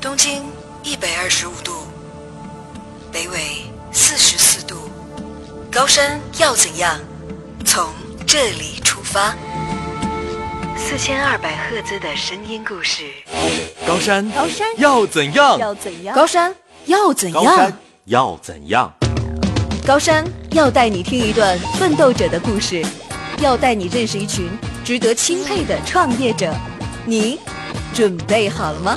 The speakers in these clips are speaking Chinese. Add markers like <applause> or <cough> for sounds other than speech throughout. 东经一百二十五度，北纬四十四度，高山要怎样？从这里出发。四千二百赫兹的声音故事，高山，高山要怎样？要怎样？高山要怎高样山？要怎样？高山要带你听一段奋斗者的故事，要带你认识一群值得钦佩的创业者，你准备好了吗？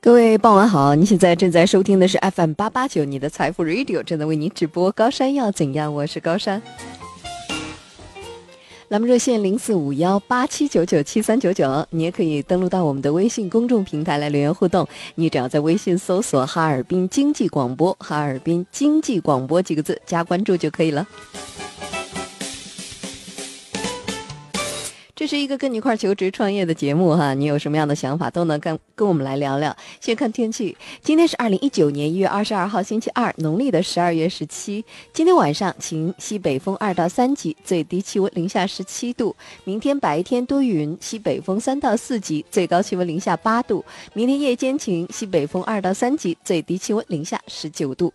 各位傍晚好，你现在正在收听的是 FM 八八九，你的财富 Radio 正在为您直播《高山要怎样》，我是高山。栏目热线零四五幺八七九九七三九九，你也可以登录到我们的微信公众平台来留言互动。你只要在微信搜索“哈尔滨经济广播”“哈尔滨经济广播”几个字加关注就可以了。这是一个跟你一块儿求职创业的节目哈，你有什么样的想法都能跟跟我们来聊聊。先看天气，今天是二零一九年一月二十二号星期二，农历的十二月十七。今天晚上晴，西北风二到三级，最低气温零下十七度。明天白天多云，西北风三到四级，最高气温零下八度。明天夜间晴，西北风二到三级，最低气温零下十九度。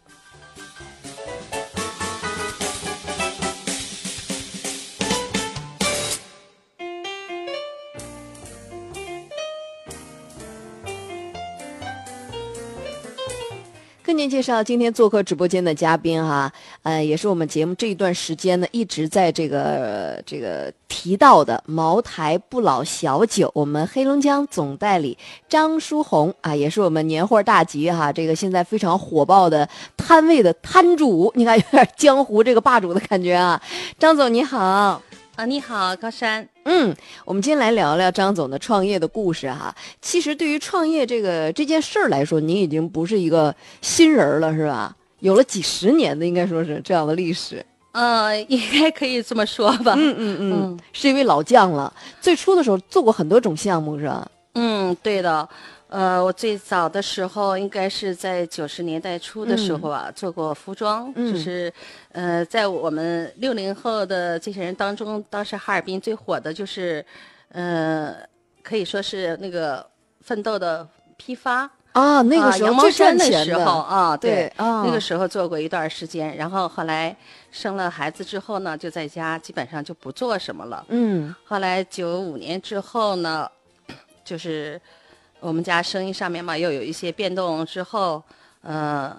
跟您介绍今天做客直播间的嘉宾哈、呃，也是我们节目这一段时间呢一直在这个、呃这个提到的茅台不老小酒，我们黑龙江总代理张书红啊，也是我们年货大集哈、这个现在非常火爆的摊位的摊主，你看有点江湖这个霸主的感觉啊。张总你好，啊，你好，高山。嗯，我们今天来聊聊张总的创业的故事哈。其实对于创业这个这件事儿来说，您已经不是一个新人儿了，是吧？有了几十年的，应该说是这样的历史。呃， <laughs> 应该可以这么说吧。嗯嗯嗯，是一位老将了。最初的时候做过很多种项目，是吧？嗯，对的。呃，我最早的时候应该是在九十年代初的时候啊，做过服装，嗯就是呃，在我们六零后的这些人当中，当时哈尔滨最火的就是，呃，可以说是那个奋斗的批发。啊，那个啊时候羊毛最衫赚的钱时候啊，对啊那个时候做过一段时间，然后后来生了孩子之后呢，就在家基本上就不做什么了。嗯后来九五年之后呢， <clears throat> 就是我们家生意上面嘛，又有一些变动之后，呃，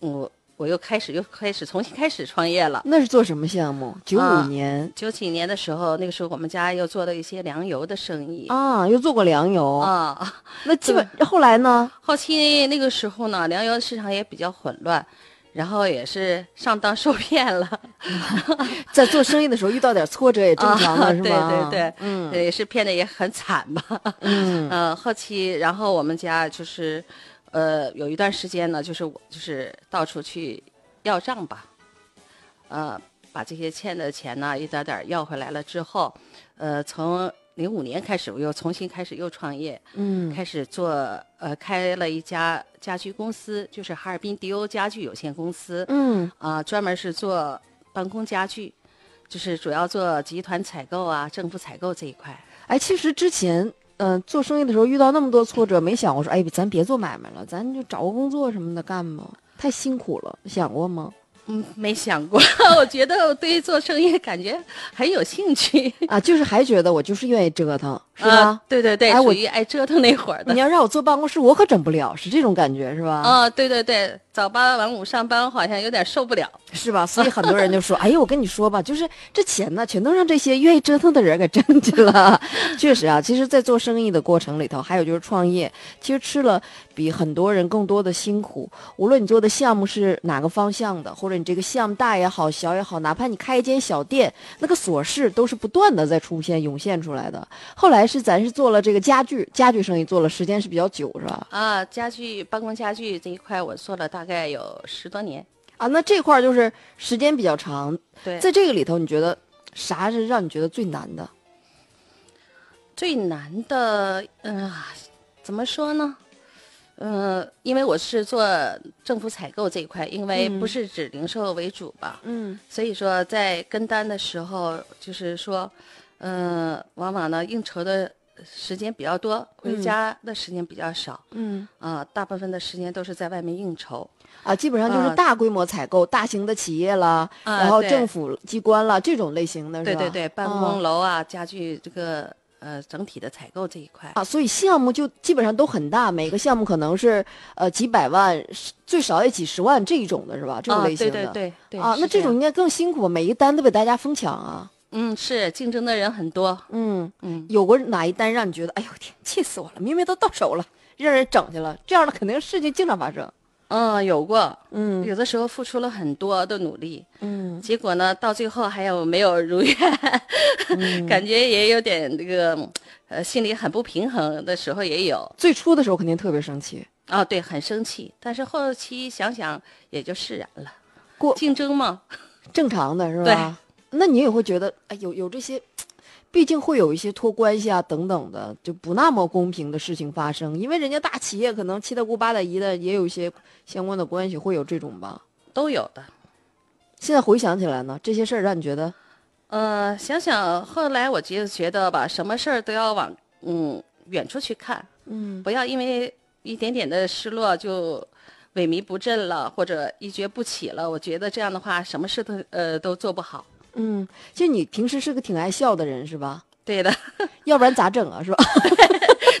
我我又开始又开始重新开始创业了。那是做什么项目？九五啊年九几年的时候，那个时候我们家又做了一些粮油的生意啊，又做过粮油。啊。那基本后来呢？后期那个时候呢，粮油市场也比较混乱，然后也是上当受骗了，在做生意的时候遇到点挫折也正常的，啊是对吧？对对，嗯也是骗的也很惨吧。嗯 <laughs> 呃，后期然后我们家就是，呃，有一段时间呢，就是我就是到处去要账吧，呃，把这些欠的钱呢一点点儿要回来了之后，呃，从零五年开始我又重新开始又创业，嗯开始做呃开了一家家居公司，就是哈尔滨迪欧家具有限公司，嗯啊、专门是做办公家具，就是主要做集团采购啊、政府采购这一块。哎，其实之前，呃，做生意的时候遇到那么多挫折，没想过说，哎，咱别做买卖了，咱就找个工作什么的干吧，太辛苦了，想过吗？嗯，没想过， <laughs> 我觉得我对于做生意感觉很有兴趣。啊，就是还觉得我就是愿意折腾，是吧？啊对对对，哎我属于爱折腾那会儿的你。要让我坐办公室，我可整不了，是这种感觉，是吧？啊，对对对，早八晚五上班好像有点受不了。是吧？所以很多人就说：“ <laughs> 哎呦，我跟你说吧，就是这钱呢，全都让这些愿意折腾的人给挣去了。” <laughs> 确实啊，其实，在做生意的过程里头，还有就是创业，其实吃了比很多人更多的辛苦。无论你做的项目是哪个方向的，或者你这个项目大也好、小也好，哪怕你开一间小店，那个琐事都是不断的在出现、涌现出来的。后来是咱是做了这个家具，家具生意做了时间是比较久，是吧？啊，家具、办公家具这一块我做了大概有十多年。啊，那这块儿就是时间比较长，对，在这个里头，你觉得啥是让你觉得最难的？呃最难的，嗯、怎么说呢？嗯，因为我是做政府采购这一块，因为不是只零售为主吧，嗯所以说在跟单的时候，就是说，嗯、往往呢应酬的时间比较多，回嗯家的时间比较少，嗯啊、大部分的时间都是在外面应酬。啊，基本上就是啊大规模采购，大型的企业啦，啊然后对政府机关啦这种类型的，是对吧？对对，办哦公楼啊、家具这个呃整体的采购这一块，啊，所以项目就基本上都很大，每个项目可能是呃几百万，是最少也几十万这一种的是吧？这种类型的。啊、对对对对啊，是那这样种应该更辛苦，每一单都被大家疯抢啊。嗯是竞争的人很多，嗯，嗯有过哪一单让你觉得，哎呦天，气死我了，明明都到手了，让人整去了，这样的肯定事情经常发生。嗯有过，嗯有的时候付出了很多的努力，嗯结果呢到最后还有没有如愿，嗯感觉也有点这个呃心里很不平衡的时候也有最初的时候肯定特别生气，啊，对，很生气，但是后期想想也就释然了，过竞争嘛，正常的是吧？那你也会觉得，哎，有有这些，毕竟会有一些托关系啊等等的，就不那么公平的事情发生，因为人家大企业可能七大姑八大姨的也有一些相关的关系，会有这种吧。都有的。现在回想起来呢，这些事儿让你觉得，呃，想想后来我就觉得吧，什么事儿都要往嗯远处去看，嗯不要因为一点点的失落就萎靡不振了，或者一蹶不起了。我觉得这样的话，什么事都呃都做不好。嗯，其实你平时是个挺爱笑的人是吧？对的，要不然咋整啊？是吧？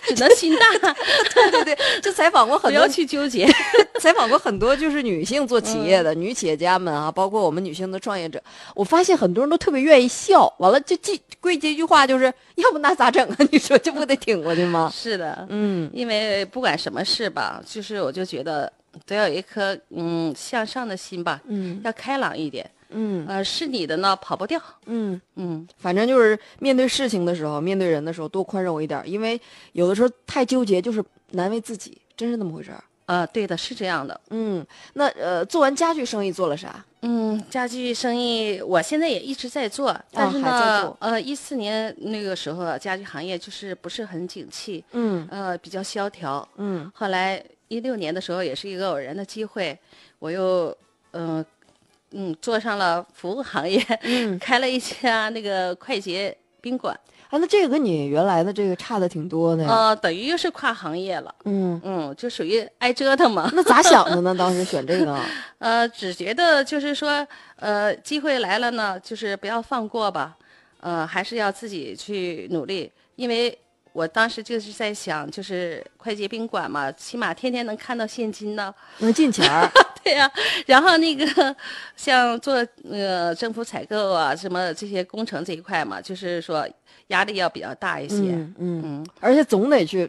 只能心大， <laughs> 对对， <laughs> 就采访过不很多要去纠结。 <laughs> 采访过很多就是女性做企业的、女企业家们啊，包括我们女性的创业者，我发现很多人都特别愿意笑。完了，就记归结一句话，就是要不那咋整啊？ <laughs> 你说这不得挺过去吗？ <laughs> 是的， <laughs> 嗯因为不管什么事吧，就是我就觉得都要有一颗嗯向上的心吧，嗯要开朗一点。嗯呃，是你的呢，跑不掉。嗯，嗯，反正就是面对事情的时候，面对人的时候多宽容一点，因为有的时候太纠结就是难为自己，真是那么回事儿。啊，对的，是这样的。嗯，那呃，做完家具生意做了啥？嗯，家具生意我现在也一直在做，但是哦还呢，在做呃，一四年那个时候啊，家具行业就是不是很景气，嗯呃，比较萧条。嗯后来一六年的时候，也是一个偶然的机会，我又嗯、呃嗯做上了服务行业，嗯，开了一家那个快捷宾馆，啊，那这个跟你原来的这个差的挺多的呀。呃，等于又是跨行业了，嗯，嗯，就属于挨折腾嘛。那咋想的呢？当时选这个啊？呃，只觉得就是说，呃，机会来了呢，就是不要放过吧，呃，还是要自己去努力，因为我当时就是在想，就是快捷宾馆嘛，起码天天能看到现金呢，能进钱儿，对呀、然后那个像做呃政府采购啊，什么这些工程这一块嘛，就是说压力要比较大一些，嗯嗯， <laughs> 嗯，而且总得去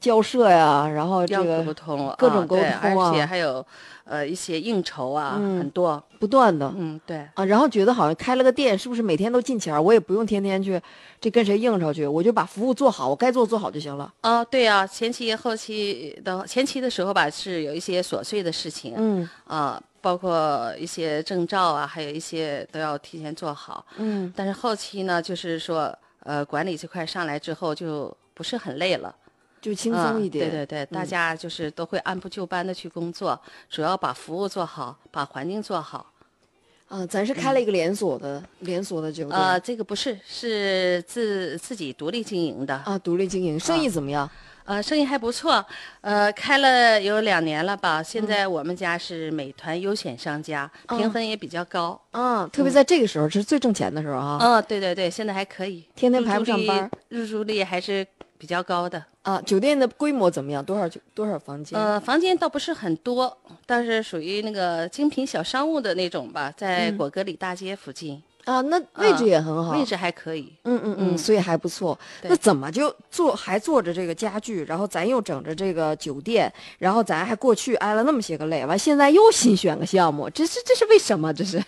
交涉呀，然后这要沟个通，各啊种沟对通啊而且还有呃一些应酬啊，嗯很多，不断的嗯，对。啊，然后觉得好像开了个店，是不是每天都进钱儿？我也不用天天去这跟谁应酬去，我就把服务做好，我该做做好就行了。哦，对呀、前期后期的前期的时候吧，是有一些琐碎的事情，嗯啊、包括一些证照啊，还有一些都要提前做好。嗯但是后期呢，就是说，呃，管理这块上来之后就不是很累了，就轻啊松一点。对对对，大嗯家就是都会按部就班的去工作，主要把服务做好，把环境做好。啊，咱是开了一个连锁的连锁的酒嗯呃，店这个不是是自自己独立经营的，啊，独立经营，生意怎么样？呃，生意还不错，呃，开了有两年了吧。现在我们家是美团优选商家，评分也比较高。啊，特别在这个时候是最挣钱的时候啊。嗯、对对对，现在还可以，天天入排不住上率班儿，入住率还是比较高的。啊，酒店的规模怎么样？多少酒多少房间？呃，房间倒不是很多，但是属于那个精品小商务的那种吧，在果戈里大街附近，啊，那位置也很好，位置还可以。 <laughs> 嗯嗯嗯，嗯所以还不错。对那怎么就做还做着这个家具，然后咱又整着这个酒店，然后咱还过去挨了那么些个累，完现在又新选个项目，这是这是为什么？这是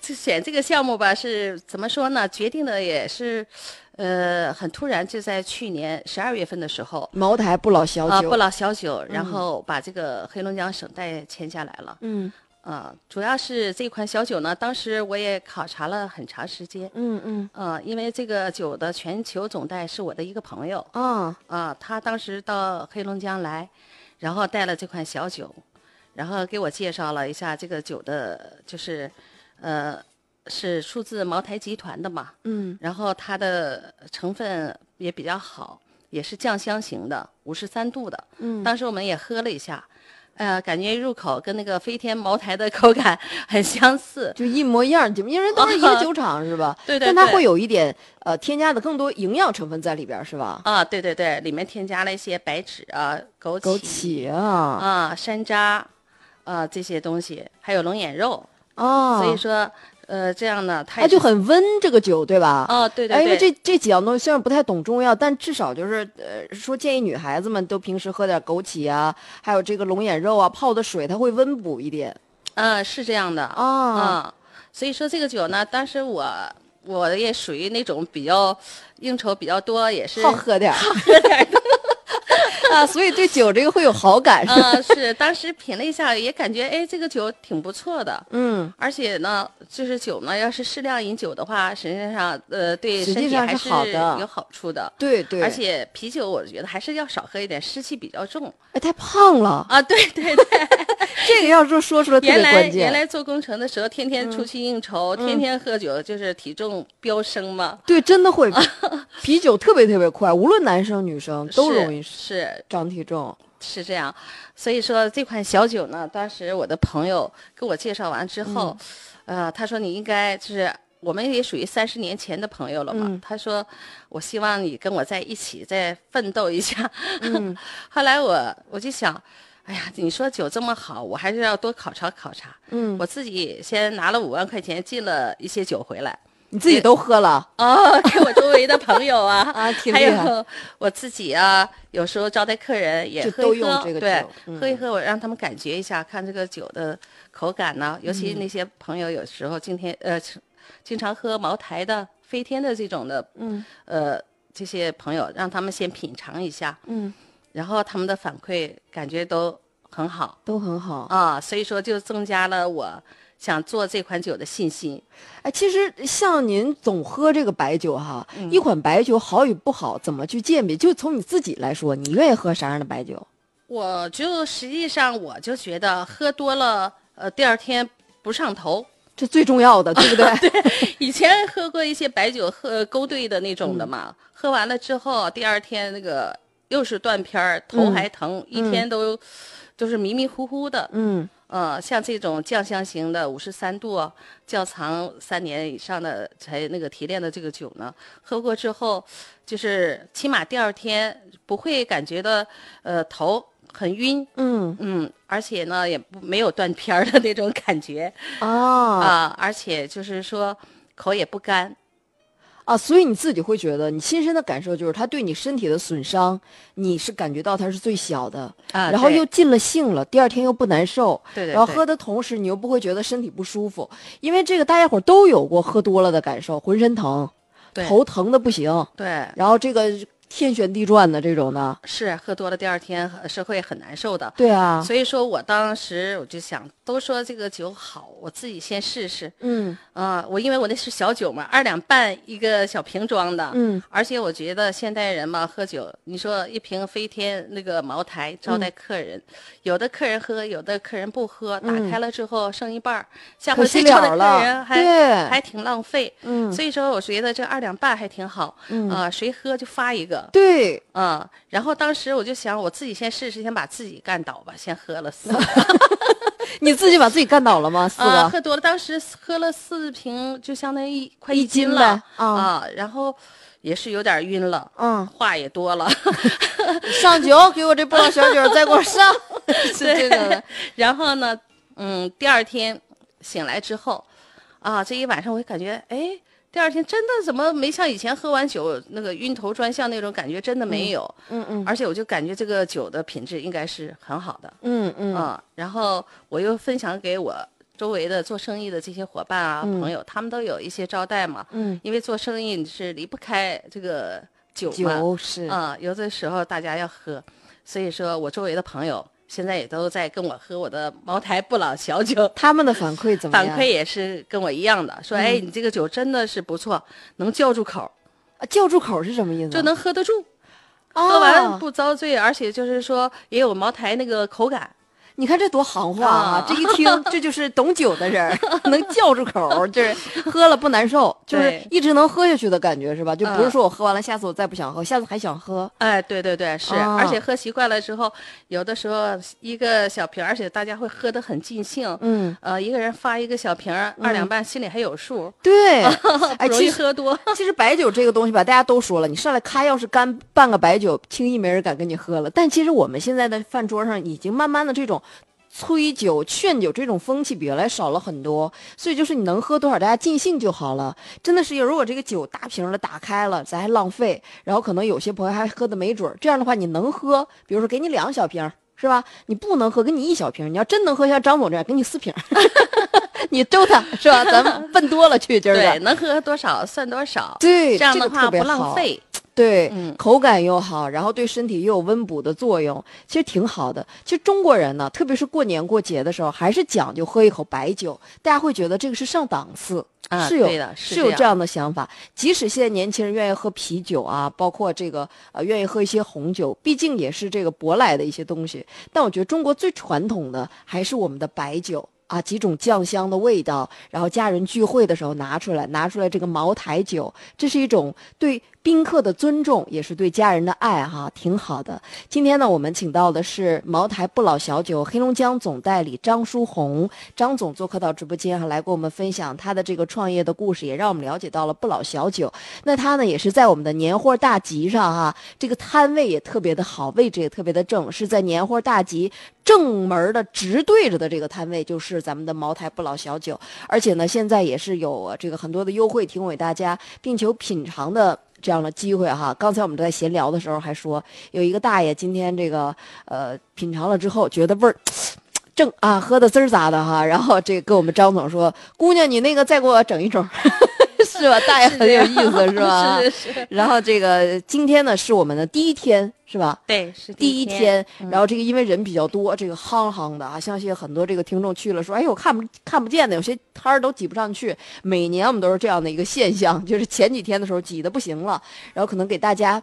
这选这个项目吧，是怎么说呢？决定的也是，呃，很突然，就在去年十二月份的时候， <laughs> 茅台不老小啊，酒，不老小酒，然后把这个黑龙江省代签下来了。嗯啊，主要是这款小酒呢，当时我也考察了很长时间。嗯嗯啊，因为这个酒的全球总代是我的一个朋友啊啊，他当时到黑龙江来，然后带了这款小酒，然后给我介绍了一下这个酒的，就是，呃，是出自茅台集团的嘛，嗯然后它的成分也比较好，也是酱香型的，五十三度的。嗯当时我们也喝了一下，呃，感觉入口跟那个飞天茅台的口感 <laughs> 很相似。就一模一样，就因为人都是一个酒厂是 <laughs> 吧？对对但它对会有一点呃添加的更多营养成分在里边儿是吧？啊，对对对，里面添加了一些白芷啊、枸枸杞、杞啊啊、山楂啊这些东西，还有龙眼肉。啊，所以说，呃，这样呢，它它也就是很温这个酒对吧？哦，对对哎，对，因为这这几样东西虽然不太懂中药，但至少就是呃，说建议女孩子们都平时喝点枸杞啊，还有这个龙眼肉啊，泡的水它会温补一点嗯，是这样的啊、啊。所以说这个酒呢，当时我我也属于那种比较应酬比较多，也是好喝点儿，好喝点 <laughs> 啊，所以对酒这个会有好感是吧？ <laughs> 嗯，是当时品了一下，也感觉哎，这个酒挺不错的。嗯，而且呢，就是酒呢，要是适量饮酒的话，实际上呃，对实身际体上还是好的有好处的。对对，而且啤酒我觉得还是要少喝一点，湿气比较重哎太胖了， <laughs> 啊。对对 <laughs> 对，这个要是说出来特原别来关原键。嗯来做工程的时候，天天出去应酬，天天喝酒，就是体重飙升嘛。对，真的 <laughs> 会，啤酒特别特别快，无论男生女生都是容易是长体重。是这样，所以说这款小酒呢，当时我的朋友给我介绍完之后，嗯呃，他说你应该就是我们也属于三十年前的朋友了嘛，嗯他说我希望你跟我在一起再奋斗一下。嗯 <laughs> 后来我我就想，哎呀，你说酒这么好，我还是要多考察考察。嗯，我自己先拿了五万块钱进了一些酒回来，你自己都喝了，哦， <laughs> 给我周围的朋友啊 <laughs> 啊挺还厉害有我自己啊，有时候招待客人也就喝都一用喝，这个对酒，嗯喝一喝，我让他们感觉一下，看这个酒的口感呢、尤嗯其那些朋友有时候今天呃，经常喝茅台的、飞天的这种的，嗯呃，这些朋友让他们先品尝一下，嗯，然后他们的反馈感觉都很好都很好。啊，所以说就增加了我想做这款酒的信心。哎，其实像您总喝这个白酒哈，嗯一款白酒好与不好怎么去鉴别？就从你自己来说，你愿意喝啥样的白酒？我就实际上我就觉得喝多了，呃，第二天不上头。 <laughs> 这最重要的，对不对？以前喝过一些白酒，喝勾兑的那种的嘛，喝完了之后，第二天那个又是断片儿，头还疼，一天都就是迷迷糊糊的。嗯，呃，像这种酱香型的五十三度窖藏三年以上的才那个提炼的这个酒呢，喝过之后，就是起码第二天不会感觉到呃头很晕，嗯嗯，而且呢，也不没有断片儿的那种感觉啊啊、而且就是说口也不干，啊，所以你自己会觉得，你亲身的感受就是它对你身体的损伤，你是感觉到它是最小的，啊然后对又尽了兴了，第二天又不难受，对对然后对喝的同时你又不会觉得身体不舒服，因为这个大家伙都有过喝多了的感受，浑身疼，对头疼的不行，对然后这个天旋地转的这种的。是喝多了第二天呃是会很难受的。对啊，所以说我当时我就想，都说这个酒好，我自己先试试。嗯啊、我因为我那是小酒嘛，二两半一个小瓶装的。嗯而且我觉得现代人嘛，喝酒，你说一瓶飞天那个茅台招嗯待客人，有的客人喝，有的客人不喝，打嗯开了之后剩一半儿，下可回惜再招待了客了人，还对，还挺浪费。嗯所以说，我觉得这二两半还挺好，嗯啊、谁喝就发一个，对，嗯、然后当时我就想，我自己先试试，先把自己干倒吧，先喝了四个，你自己把自己干倒了吗？四啊，个喝多了，当时喝了四瓶，就相当于一快一斤斤了呗啊然后也是有点晕了，嗯，话也多了，上酒，给我这波浪小酒，再给我上， <laughs> 是这种的。 <laughs> 然后呢，嗯，第二天醒来之后，啊，这一晚上我就感觉，哎，第二天真的怎么没像以前喝完酒那个晕头转向那种感觉，真的没有。嗯嗯而且我就感觉这个酒的品质应该是很好的，嗯嗯啊，然后我又分享给我周围的做生意的这些伙伴啊、朋友，他们都有一些招待嘛，嗯，因为做生意你是离不开这个酒嘛，酒是啊、有的时候大家要喝，所以说我周围的朋友现在也都在跟我喝我的茅台布朗小酒，他们的反馈怎么反样？嗯馈也是跟我一样的，说、哎，你这个酒真的是不错，能叫住口，啊叫住口是什么意思？啊就能喝得住。喝喝完不遭罪，而且就是说也有茅台那个口感。你看这多行话啊啊！这一听， <laughs> 这就是懂酒的人儿，能叫住口儿，就是喝了不难受，就是对一直能喝下去的感觉，是吧？就不是嗯说我喝完了，下次我再不想喝，下次还想喝。哎，对对对，是，啊而且喝习惯了之后，有的时候一个小瓶儿，而且大家会喝得很尽兴。嗯，呃，一个人发一个小瓶儿，二两半，心里还有数， <laughs> 对，嗯哎，不容其易实喝多。 <laughs> 其实白酒这个东西吧，大家都说了，你上来咔，要是干半个白酒，轻易没人敢跟你喝了。但其实我们现在的饭桌上已经慢慢的这种。催酒、劝酒这种风气比原来少了很多，所以就是你能喝多少，大家尽兴就好了。真的是，如果这个酒大瓶儿的打开了，咱还浪费，然后可能有些朋友还喝的没准儿。这样的话，你能喝，比如说给你两小瓶儿，是吧？你不能喝，给你一小瓶儿。你要真能喝，像张总这样，给你四瓶儿， <laughs> 你周他是吧？咱们笨多了去，今儿个。对，能喝多少算多少。对这样这的个特话别不浪好费。对，嗯口感又好，然后对身体又有温补的作用，其实挺好的。其实中国人呢，特别是过年过节的时候，还是讲究喝一口白酒，大家会觉得这个是上档次，啊是有对的是有这样这样的想法。即使现在年轻人愿意喝啤酒啊，包括这个呃愿意喝一些红酒，毕竟也是这个舶来的一些东西。但我觉得中国最传统的还是我们的白酒。啊，几种酱香的味道，然后家人聚会的时候拿出来，拿出来这个茅台酒，这是一种对宾客的尊重，也是对家人的爱哈、挺好的。今天呢，我们请到的是茅台不老小酒黑龙江总代理张书红，张总做客到直播间哈，来给我们分享他的这个创业的故事，也让我们了解到了不老小酒。那他呢，也是在我们的年货大集上哈、这个摊位也特别的好，位置也特别的正，是在年货大集正门儿的直对着的这个摊位，就是咱们的茅台不老小酒。而且呢，现在也是有呃这个很多的优惠提供给大家，并且有品尝的这样的机会哈。刚才我们在闲聊的时候还说，有一个大爷今天这个呃品尝了之后，觉得味儿。正啊，喝的滋儿咋的哈，然后这跟我们张总说：“姑娘，你那个再给我整一 <laughs> 盅，是吧？大爷很有意思，是吧？ <laughs> 是是是，然后这个今天呢是我们的第一天，是吧？对，是第一一。天，嗯然后这个因为人比较多，这个夯夯的啊，相信很多这个听众去了说，哎呦，看不看不见的，有些摊儿都挤不上去。每年我们都是这样的一个现象，就是前几天的时候挤的不行了，然后可能给大家，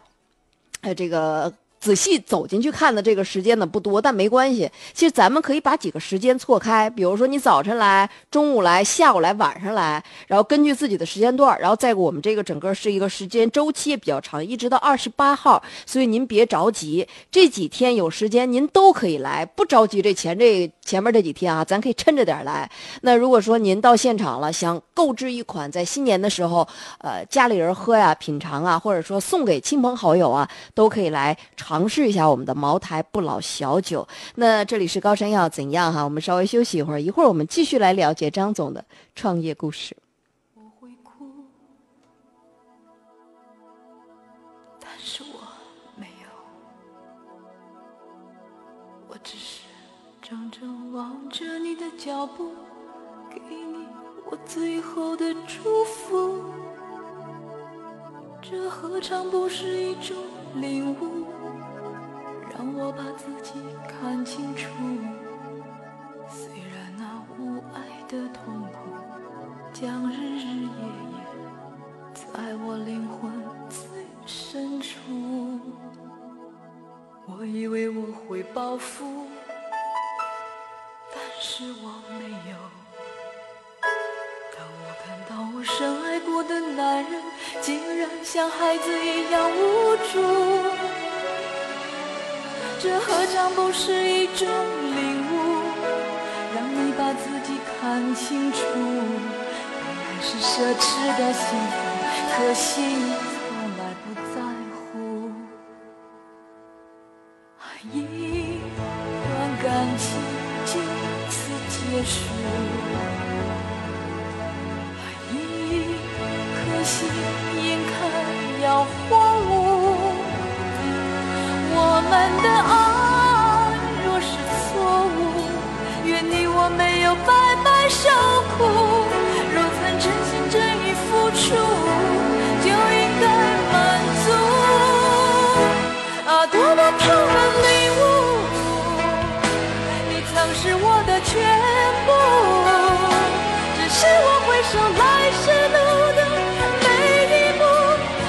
呃，这个。仔细走进去看的这个时间呢不多，但没关系。其实咱们可以把几个时间错开，比如说你早晨来、中午来、下午来、晚上来，然后根据自己的时间段，然后再我们这个整个是一个时间周期也比较长，一直到二十八号，所以您别着急，这几天有时间您都可以来，不着急这前这前面这几天啊，咱可以趁着点儿来。那如果说您到现场了，想购置一款在新年的时候，呃，家里人喝呀、品尝啊，或者说送给亲朋好友啊，都可以来尝试一下我们的茅台不老小酒。那这里是高山要怎样哈？我们稍微休息一会儿，一会儿我们继续来了解张总的创业故事。我会哭，但是我没有，我只是怔怔望着你的脚步，给你我最后的祝福。这何尝不是一种领悟，让我把自己看清楚。虽然那无爱的痛苦。将日日夜夜在我灵魂最深处。我以为我会报复，但是我没有。当我看到我深爱过的男人，竟然像孩子一样无助，这何尝不是一种领悟？让你把自己看清楚。本来是奢侈的幸福，可惜你从来不在乎。一段感情就此结束，一颗心眼看要荒芜。我们的爱若是错误，愿你我没有白白受苦。若曾真心真意付出，就应该满足。啊，多么怦然领悟，你曾是我的全部，这是我回首来时路的每一步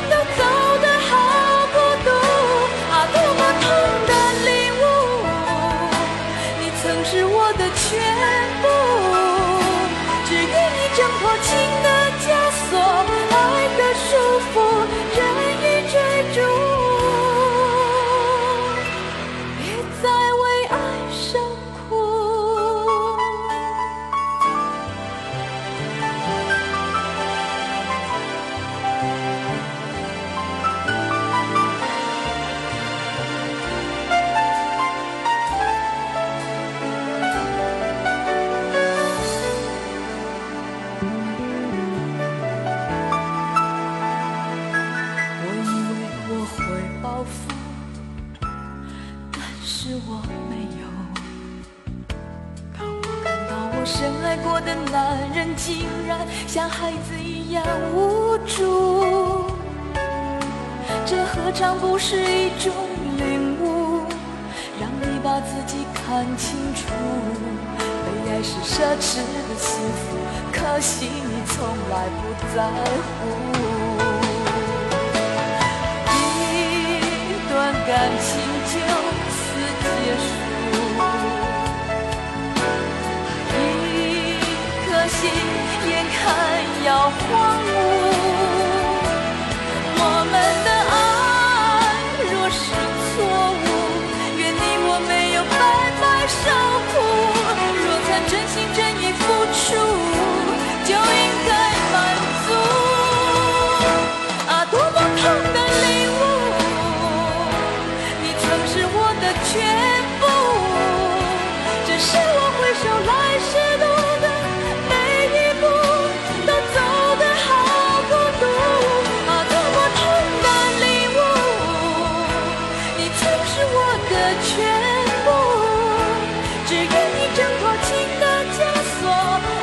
都走得好孤独。啊，是我的全部，只愿你挣脱情的枷锁，爱的束缚，任意追逐。别再为爱受苦。我以为我会报复，但是我没有。当我看到我深爱过的男人竟然像孩子一样无助，这何尝不是一种领悟？让你把自己看清楚，被爱是奢侈的幸福，可惜你从来不在乎。一段感情就此结束，一颗心眼看要荒芜。我们的爱若是错误，愿你我没有白白受苦。若曾真心真意付出，就应该满足。啊，多么痛的领悟！你曾是我的全部，这是我回首来时路的每一步，都走得好孤独。啊，多么痛的领悟！你曾是我的全部，只愿你挣脱情的枷锁，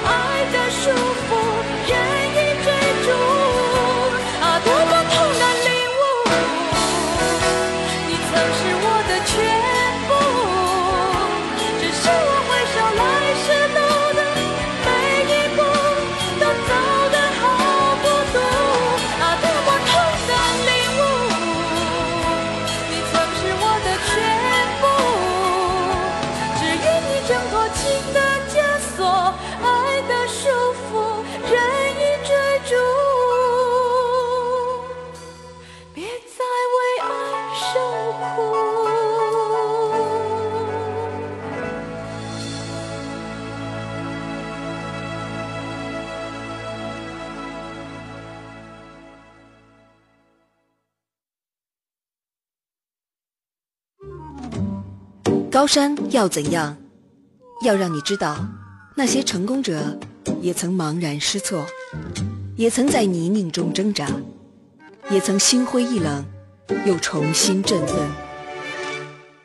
爱的束缚，任意追逐。啊，多么痛的领悟！你曾是我的全部，这是我回首来时路的每一步，都走得好孤独。啊，多么痛的领悟！你曾是我的全部，只愿你挣脱情的枷锁，爱的束缚，任意追逐。别再为爱受苦。高山要怎样？要让你知道，那些成功者也曾茫然失措，也曾在泥泞中挣扎，也曾心灰意冷，又重新振奋。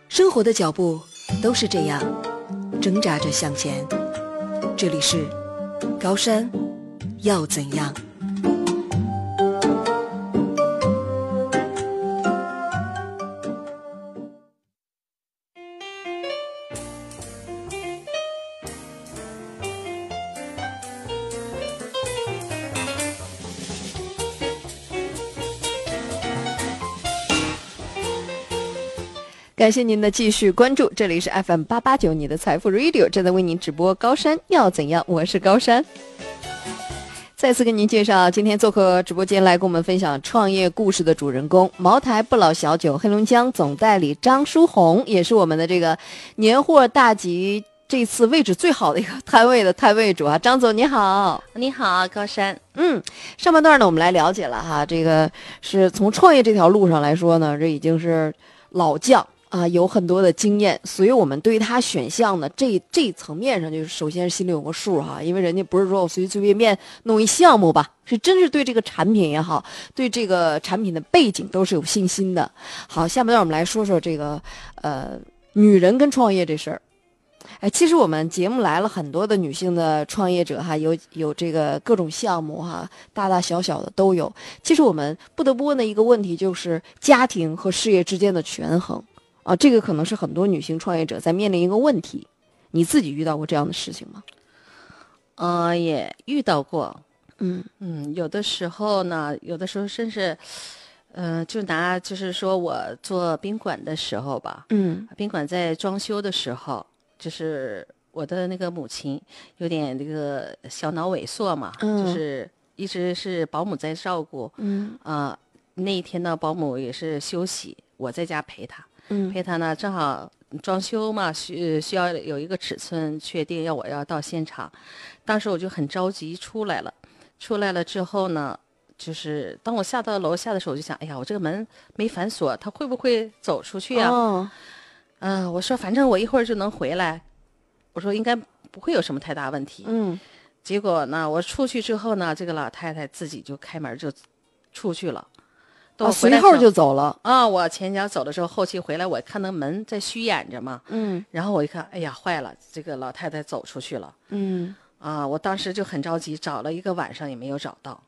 生活的脚步都是这样，挣扎着向前。这里是高山要怎样？感谢您的继续关注，这里是 FM 八八九，你的财富 Radio 正在为您直播《高山要怎样》，我是高山。再次跟您介绍，今天做客直播间来跟我们分享创业故事的主人公，茅台不老小酒黑龙江总代理张书红，也是我们的这个年货大集这次位置最好的一个摊位的摊位主啊，张总你好。你好，高山。嗯，上半段呢，我们来了解了哈，这个是从创业这条路上来说呢，这已经是老将啊，有很多的经验，所以我们对于他选项呢，这这层面上就是首先是心里有个数哈，因为人家不是说我随随便便弄一项目吧，是真是对这个产品也好，对这个产品的背景都是有信心的。好，下半段我们来说说这个呃，女人跟创业这事儿。哎，其实我们节目来了很多的女性的创业者哈，有有这个各种项目哈，大大小小的都有。其实我们不得不问的一个问题就是家庭和事业之间的权衡啊，这个可能是很多女性创业者在面临一个问题。你自己遇到过这样的事情吗？呃，也遇到过，嗯嗯，有的时候呢，有的时候甚至，呃，就拿啊就是说我做宾馆的时候吧，嗯宾馆在装修的时候，就是我的那个母亲有点那个小脑萎缩嘛，嗯就是一直是保姆在照顾，嗯啊、那一天呢，保姆也是休息，我在家陪她，嗯陪她呢，正好装修嘛，需需要有一个尺寸确定，要我要到现场，当时我就很着急出来了，出来了之后呢。就是当我下到楼下的时候，我就想，哎呀，我这个门没反锁，他会不会走出去啊呀、哦，嗯，我说反正我一会儿就能回来，我说应该不会有什么太大问题。嗯结果呢，我出去之后呢，这个老太太自己就开门就出去了。哦，等我回随来的时后候就走了，啊、我前脚走的时候，后期回来我看那门在虚掩着嘛，嗯然后我一看，哎呀，坏了，这个老太太走出去了嗯啊！我当时就很着急，找了一个晚上也没有找到。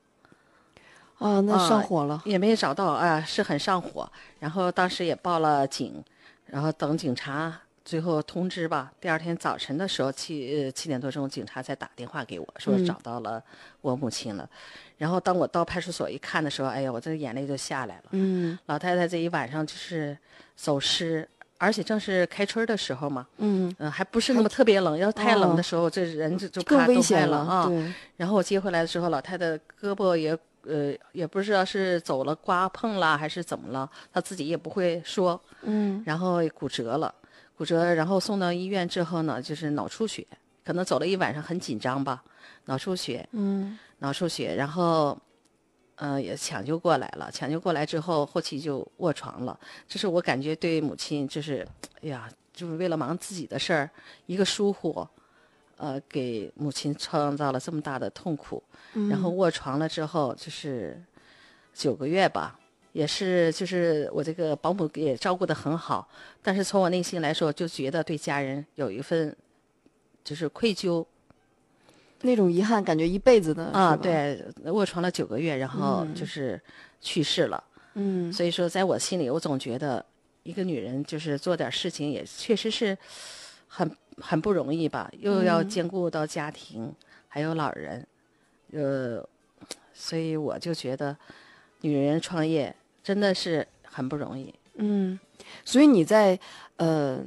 啊，那上啊火了，也没找到啊，是很上火。然后当时也报了警，然后等警察最后通知吧。第二天早晨的时候，七呃七点多钟，警察才打电话给我说嗯找到了我母亲了。然后当我到派出所一看的时候，哎呀，我这眼泪就下来了。嗯老太太这一晚上就是走失，而且正是开春的时候嘛，嗯，嗯、还不是那么特别冷。要太冷哦的时候，这人就就更怕危冻险坏了啊。对，然后我接回来的时候，老太太胳膊也呃也不知道是走了刮碰了还是怎么了，她自己也不会说，嗯然后也骨折了，骨折，然后送到医院之后呢，就是脑出血，可能走了一晚上很紧张吧，脑出血，嗯脑出血，然后。呃，也抢救过来了。抢救过来之后，后期就卧床了。这是我感觉对母亲，就是，哎呀，就是为了忙自己的事儿，一个疏忽，呃，给母亲创造了这么大的痛苦。然后卧床了之后就是九个月吧，也是就是我这个保姆也照顾得很好，但是从我内心来说，就觉得对家人有一份就是愧疚那种遗憾，感觉一辈子的啊，是吧，对，卧床了九个月，然后就是去世了，嗯所以说在我心里，我总觉得一个女人就是做点事情也确实是很很不容易吧，又要嗯兼顾到家庭、还有老人，呃，所以我就觉得女人创业真的是很不容易。嗯，所以你在呃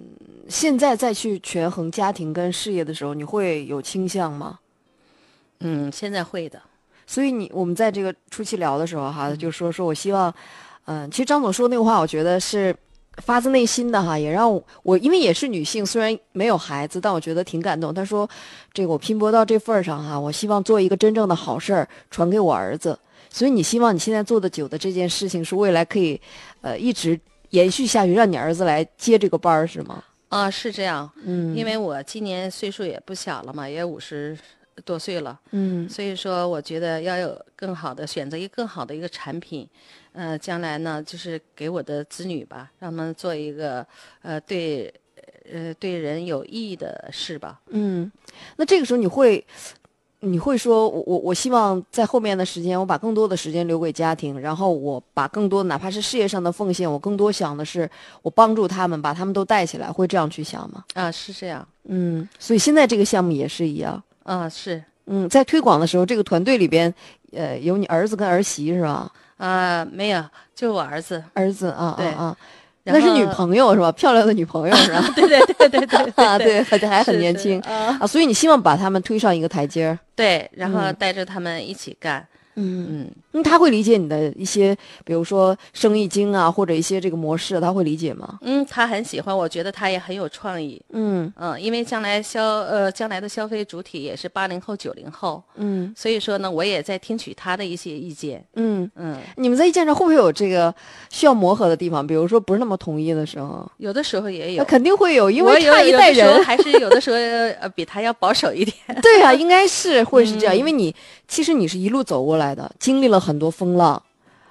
现在再去权衡家庭跟事业的时候，你会有倾向吗？嗯，现在会的，所以你我们在这个初期聊的时候哈，就说说我希望，嗯、其实张总说那个话，我觉得是发自内心的哈，也让我我因为也是女性，虽然没有孩子，但我觉得挺感动。他说，这个我拼搏到这份儿上哈，我希望做一个真正的好事儿，传给我儿子。所以你希望你现在做的久的这件事情，是未来可以，呃，一直延续下去，让你儿子来接这个班儿是吗？啊，是这样，嗯因为我今年岁数也不小了嘛，也五十多岁了，嗯所以说，我觉得要有更好的选择，一个更好的一个产品，呃，将来呢，就是给我的子女吧，让他们做一个呃对呃对人有意义的事吧。嗯，那这个时候你会，你会说，我我我希望在后面的时间，我把更多的时间留给家庭，然后我把更多哪怕是事业上的奉献，我更多想的是我帮助他们，把他们都带起来，会这样去想吗？啊，是这样，嗯，所以现在这个项目也是一样。啊是，嗯，在推广的时候，这个团队里边，呃，有你儿子跟儿媳是吧？啊没有，就是我儿子，儿子啊啊对啊，然那是女后朋友是吧？漂亮的女朋友是吧？ <laughs> 对对对对 <laughs> 对啊， <laughs> 对，还还很是年是轻啊啊，所以你希望把他们推上一个台阶儿。对，然后嗯带着他们一起干，嗯嗯嗯，他会理解你的一些，比如说生意经啊，或者一些这个模式，他会理解吗？嗯，他很喜欢，我觉得他也很有创意，嗯嗯，因为将来消呃将来的消费主体也是八零后九零后，嗯所以说呢，我也在听取他的一些意见。嗯，嗯，你们在意见上会不会有这个需要磨合的地方？比如说不是那么统一的时候，有的时候也那有，肯定会有，因我为有差一有的代时候人，还是有的时候呃比他要保守一点。对啊，应该 <laughs> 是会是这嗯样，因为你其实你是一路走过来的，经历了很多风浪，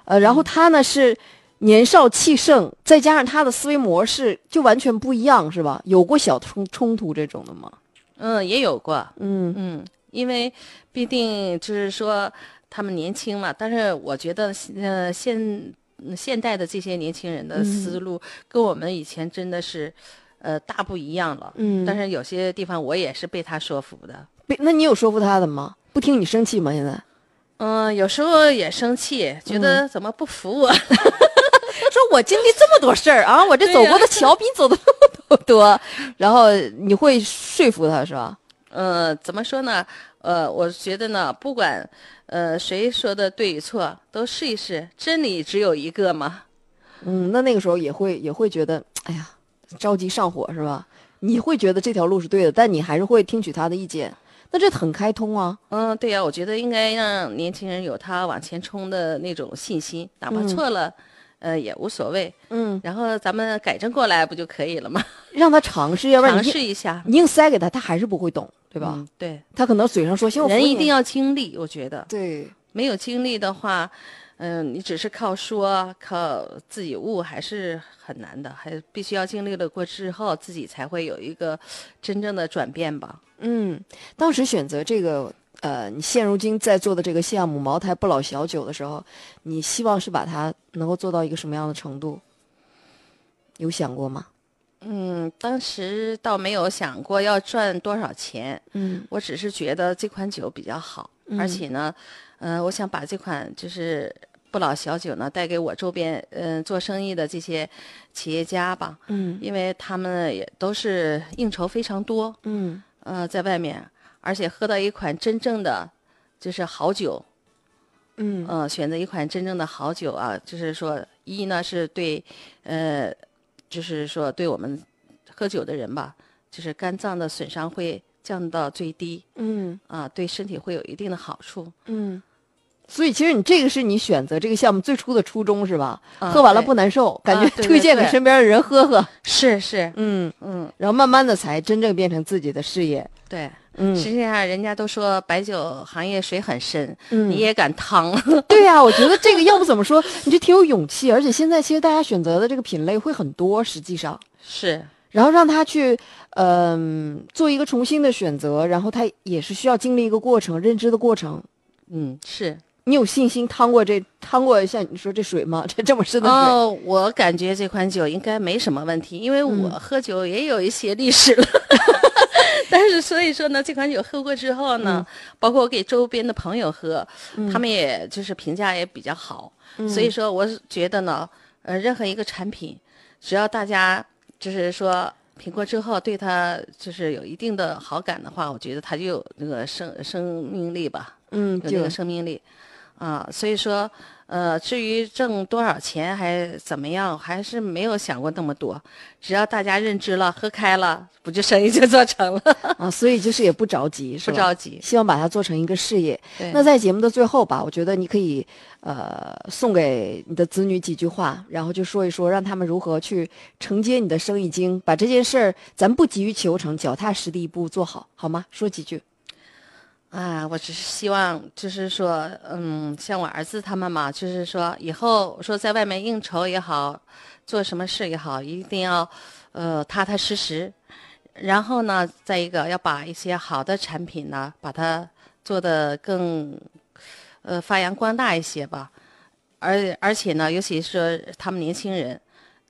呃，嗯然后他呢是年少气盛，再加上他的思维模式就完全不一样，是吧？有过小冲冲突这种的吗？嗯，也有过，嗯嗯，因为毕竟就是说他们年轻嘛，但是我觉得呃现现代的这些年轻人嗯的思路跟我们以前真的是呃大不一样了。嗯，但是有些地方我也是被他说服的。被那你有说服他的吗？不听你生气吗？现在嗯 <laughs> 嗯，有时候也生气，觉得怎么不服我？说我经历这么多事儿啊，我这走过的桥比你走的路都多，然后你会说服他是吧？呃，怎么说呢？呃，我觉得呢，不管呃谁说的对与错，都试一试，真理只有一个嘛。嗯，那那个时候也会也会觉得，哎呀，着急上火是吧？你会觉得这条路是对的，但你还是会听取他的意见，那这很开通啊。嗯，对呀、我觉得应该让年轻人有他往前冲的那种信心，哪怕错了，呃也无所谓。嗯，然后咱们改正过来不就可以了吗？让他尝试，要不然尝你试一下，你硬塞给他，他还是不会懂，对对吧？嗯、对，他可能嘴上说行，我服人一你定要经历，我觉得对，没有经历的话，嗯、你只是靠说、靠自己悟还是很难的，还必须要经历了过之后，自己才会有一个真正的转变吧。嗯，当时选择这个呃，你现如今在做的这个项目茅台不老小酒的时候，你希望是把它能够做到一个什么样的程度？有想过吗？嗯，当时倒没有想过要赚多少钱，嗯我只是觉得这款酒比较好，而且呢，呃，我想把这款就是不老小酒呢带给我周边嗯、呃做生意的这些企业家吧，嗯因为他们也都是应酬非常多，嗯呃，在外面，而且喝到一款真正的就是好酒，嗯呃，选择一款真正的好酒啊，就是说，一呢是对，呃，就是说对我们喝酒的人吧，就是肝脏的损伤会降到最低嗯啊、对身体会有一定的好处。嗯。所以，其实你这个是你选择这个项目最初的初衷，是吧？啊喝完了对不难受，感觉啊对推荐对给对身边的人喝喝。是是，嗯，嗯，然后慢慢的才真正变成自己的事业。对，嗯，实际上人家都说白酒行业水很深，嗯你也敢趟，对呀、我觉得这个要不怎么说，你这挺有勇气，而且现在其实大家选择的这个品类会很多，实际上，是然后让他去，嗯、做一个重新的选择，然后他也是需要经历一个过程，认知的过程。 <laughs> 嗯是。你有信心趟过这趟过像你说这水吗？ <laughs> 这这么深的水？哦，我感觉这款酒应该没什么问题，因为我喝酒也有一些历史了。 <laughs> 但是所以说呢，这款酒喝过之后呢，包括我给周边的朋友喝，他们也就是评价也比较好。所以说，我是觉得呢，呃，任何一个产品，只要大家就是说。品过之后，对它就是有一定的好感的话，我觉得它就有那个生生命力吧。嗯，有这就个生命力，啊，所以说，呃，至于挣多少钱还怎么样，还是没有想过那么多。只要大家认知了，喝开了，不就生意就做成了？啊，所以就是也不着急，是不吧着急希望把它做成一个事业。对那在节目的最后吧，我觉得你可以呃送给你的子女几句话，然后就说一说，让他们如何去承接你的生意经，把这件事儿咱不急于求成，脚踏实地一步做好，好吗？说几句。啊，我只是希望，就是说，嗯，像我儿子他们嘛，就是说，以后说在外面应酬也好，做什么事也好，一定要，呃，踏踏实实。然后呢，再一个要把一些好的产品呢，把它做得更，呃，发扬光大一些吧。而而且呢，尤其是他们年轻人，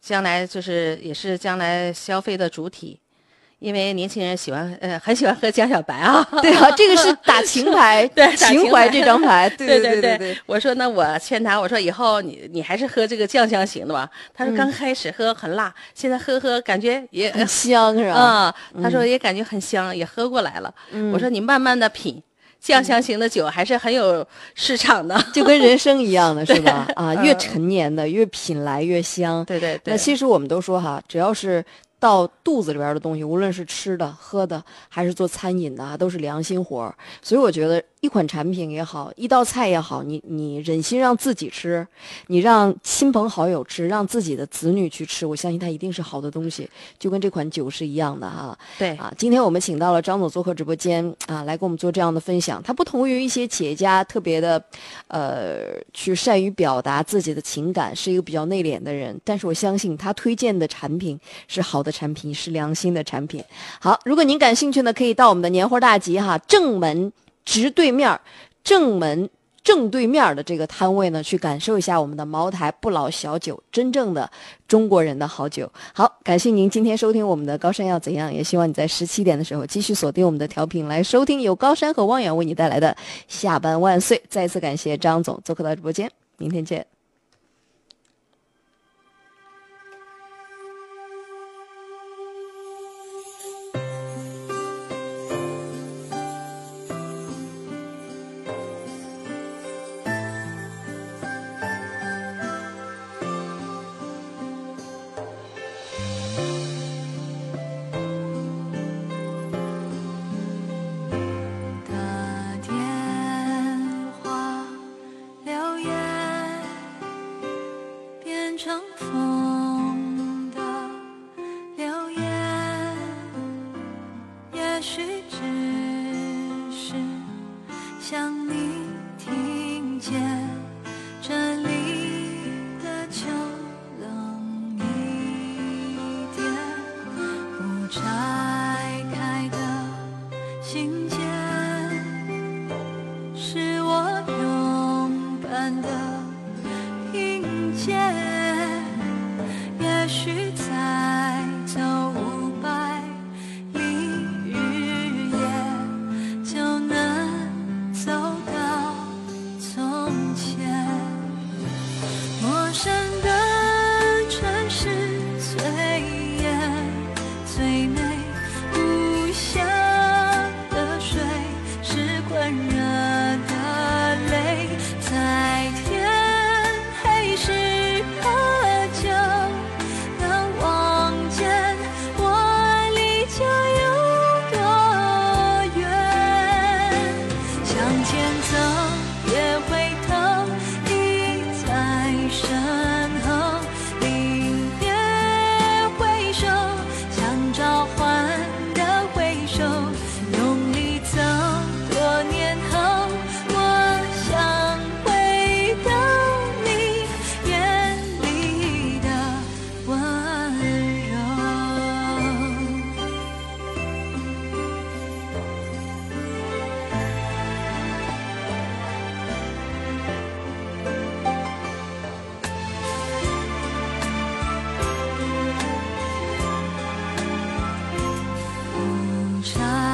将来就是也是将来消费的主体，因为年轻人喜欢，呃，很喜欢喝江小白啊。 <laughs> 对啊，这个是打情牌，对打情情怀怀这张 <laughs> 牌，对对对对，我说那我劝他，我说以后你你还是喝这个酱香型的吧。他说刚开始喝很辣，现在喝喝感觉也呃很香是吧？ <laughs> 啊、他说也感觉很香，也喝过来了。我说你慢慢的品，酱香型的酒还是很有市场的。 <laughs> 就跟人生一 <laughs> 样的是吧？啊，越陈年的越品来越香。嗯对对 <laughs> 对，那其实我们都说哈，只要是到肚子里边的东西，无论是吃的、喝的，还是做餐饮的啊，都是良心活儿。所以我觉得，一款产品也好，一道菜也好，你你忍心让自己吃，你让亲朋好友吃，让自己的子女去吃，我相信它一定是好的东西，就跟这款酒是一样的哈。对啊，今天我们请到了张总做客直播间啊，来给我们做这样的分享。他不同于一些企业家，特别的，呃，去善于表达自己的情感，是一个比较内敛的人。但是我相信他推荐的产品是好的产品，是良心的产品。好，如果您感兴趣呢，可以到我们的年货大集哈，正门直对面儿，正门。正对面儿的这个摊位呢，去感受一下我们的茅台不老小酒，真正的中国人的好酒。好，感谢您今天收听我们的《高山要怎样》，也希望你在十七点的时候继续锁定我们的调频来收听由高山和汪远为你带来的《下班万岁》。再次感谢张总做客到直播间，明天见。也许只是想你听见这里的秋冷一点，不拆开的信件是我勇敢的听见。也许再走五百里日夜，就能走到从前。陌生的城市，随烟最美，故乡的水是滚热的泪，在天黑时喝酒，能望见我离家有多远？向前走，别回头，你在身后，临别挥手，想召唤的挥手，用力走。多年后，我想回到你眼里的温柔。拆